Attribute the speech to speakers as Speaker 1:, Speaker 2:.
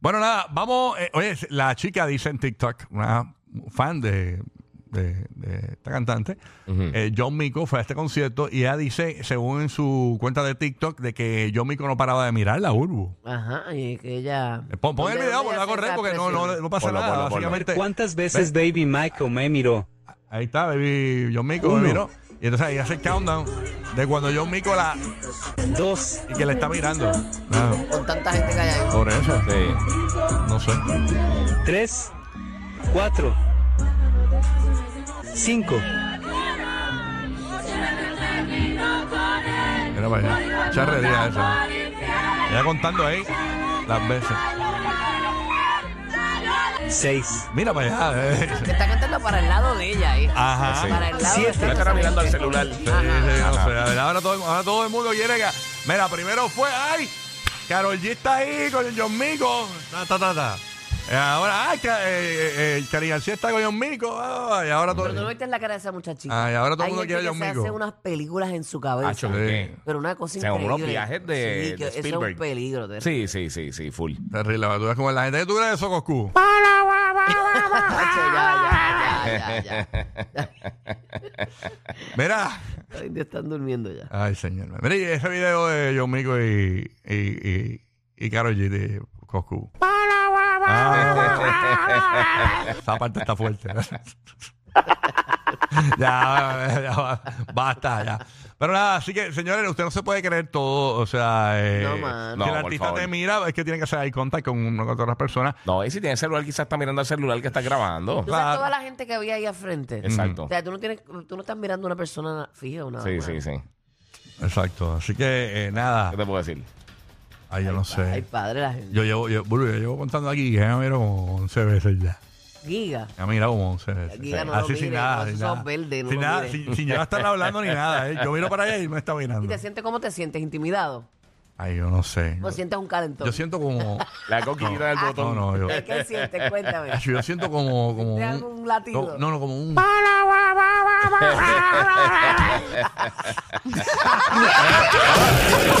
Speaker 1: Bueno, nada, vamos. eh, oye, la chica dice en TikTok, una fan de, de- de esta cantante, eh, John Mico fue a este concierto y ella dice, según en su cuenta de TikTok, de que John Mico no paraba de mirar la Urbu.
Speaker 2: Ajá, y que ella.
Speaker 1: Eh, Pon, pon el
Speaker 2: ¿Dónde-
Speaker 1: video,
Speaker 2: dónde
Speaker 1: vuelve a
Speaker 2: hace
Speaker 1: correr
Speaker 2: esa
Speaker 1: porque no, no,
Speaker 2: expresión?
Speaker 1: no pasa
Speaker 3: Ponlo,
Speaker 1: nada.
Speaker 3: ponlo, ponlo.
Speaker 1: básicamente,
Speaker 4: ¿Cuántas veces Baby Michael me miró?
Speaker 1: ahí está, baby John Mico,
Speaker 4: Uno.
Speaker 1: me miró. Y entonces ahí hace el countdown de cuando John Mico la.
Speaker 4: Dos.
Speaker 1: y que le está mirando. Ah,
Speaker 2: Con tanta gente que hay ahí.
Speaker 1: por eso,
Speaker 3: Sí.
Speaker 1: no sé.
Speaker 4: Tres. Cuatro. Cinco.
Speaker 1: Mira para allá. Charrería esa. Ya contando ahí las veces.
Speaker 4: Seis.
Speaker 1: Mira para allá. eh.
Speaker 2: Que está cantando para el lado de ella, eh.
Speaker 1: Ajá.
Speaker 3: Ah, Sí.
Speaker 2: Para el lado
Speaker 4: Siete.
Speaker 2: de
Speaker 3: La
Speaker 2: ella.
Speaker 3: cara mirando al celular.
Speaker 1: Sí, sí, no sé, la verdad, ahora, todo, ahora todo el mundo quiere que. Mira, primero fue, ay, Carol G está ahí con el John Mico. Ta, ta, ta, ta. Eh, Ahora, ay, Ca- eh, eh, eh, Cari García está con John Mico. ah, y ahora
Speaker 2: Pero tú no
Speaker 1: todo.
Speaker 2: viste la cara de esa muchachita.
Speaker 1: Ay, ahora todo el
Speaker 2: Hay
Speaker 1: mundo
Speaker 2: gente
Speaker 1: quiere a John
Speaker 2: que se hace
Speaker 1: Mico.
Speaker 2: unas películas en su cabeza.
Speaker 3: Hacho,
Speaker 1: Sí.
Speaker 3: Ah, ¿qué?
Speaker 2: Pero una cosa
Speaker 3: O sea, unos
Speaker 2: increíble.
Speaker 3: viajes de-
Speaker 2: Sí, que
Speaker 3: de
Speaker 2: eso es
Speaker 3: Spielberg.
Speaker 2: un peligro. de-
Speaker 3: Sí, sí, sí, sí, full.
Speaker 1: Terrible, tú ves como la gente. ¿Qué tú crees de eso, Coscu?
Speaker 2: Hacho, ya, ya, ya, ya,
Speaker 1: Mira.
Speaker 2: ya. Ay, Dios, están durmiendo ya.
Speaker 1: Ay, señor. Mira, y ese video de John Mico y, y, y, y Karol G de Coscu. Ah, esa parte está fuerte. ya, ya, va, basta, ya. Pero nada, así que, señores, usted no se puede creer todo. O sea, eh,
Speaker 2: No, man.
Speaker 1: si el
Speaker 3: No, por
Speaker 1: artista
Speaker 3: favor.
Speaker 1: te mira, es que tiene que hacer eye contact con una con otras personas.
Speaker 3: No, y si tiene celular, quizás está mirando al celular que está grabando.
Speaker 2: Tú
Speaker 1: Claro.
Speaker 2: sabes toda la gente que había ahí al frente.
Speaker 3: Exacto.
Speaker 2: O sea, tú no, tienes, tú no estás mirando a una persona fija o nada.
Speaker 3: Sí,
Speaker 2: más.
Speaker 3: sí, sí.
Speaker 1: Exacto. Así que, eh, nada.
Speaker 3: ¿Qué te puedo decir?
Speaker 1: Ay, yo no
Speaker 2: Ay,
Speaker 1: sé.
Speaker 2: padre, la gente.
Speaker 1: Yo llevo, yo, Bulu, yo llevo contando aquí que ya me miro como 11 veces ya.
Speaker 2: Giga.
Speaker 1: Ha mirado Ah, como 11 veces.
Speaker 2: Aquí ya no lo
Speaker 1: Así sin
Speaker 2: mire,
Speaker 1: nada.
Speaker 2: no,
Speaker 1: sin
Speaker 2: esos
Speaker 1: nada.
Speaker 2: son verdes, no
Speaker 1: sin
Speaker 2: lo
Speaker 1: nada,
Speaker 2: mire.
Speaker 1: sin, sin yo estar hablando ni nada. ¿eh? Yo miro para allá y me está mirando.
Speaker 2: ¿Y te sientes cómo te sientes? ¿Intimidado?
Speaker 1: Ay, yo no sé.
Speaker 2: ¿O sientes un calentón?
Speaker 1: Yo siento como.
Speaker 3: La coquillita del
Speaker 1: No,
Speaker 3: botón.
Speaker 1: no, yo.
Speaker 2: ¿Qué- ¿Qué sientes? Cuéntame.
Speaker 1: Ay, Yo siento como. como
Speaker 2: ¿Sientes algún latido?
Speaker 1: No, no, como un.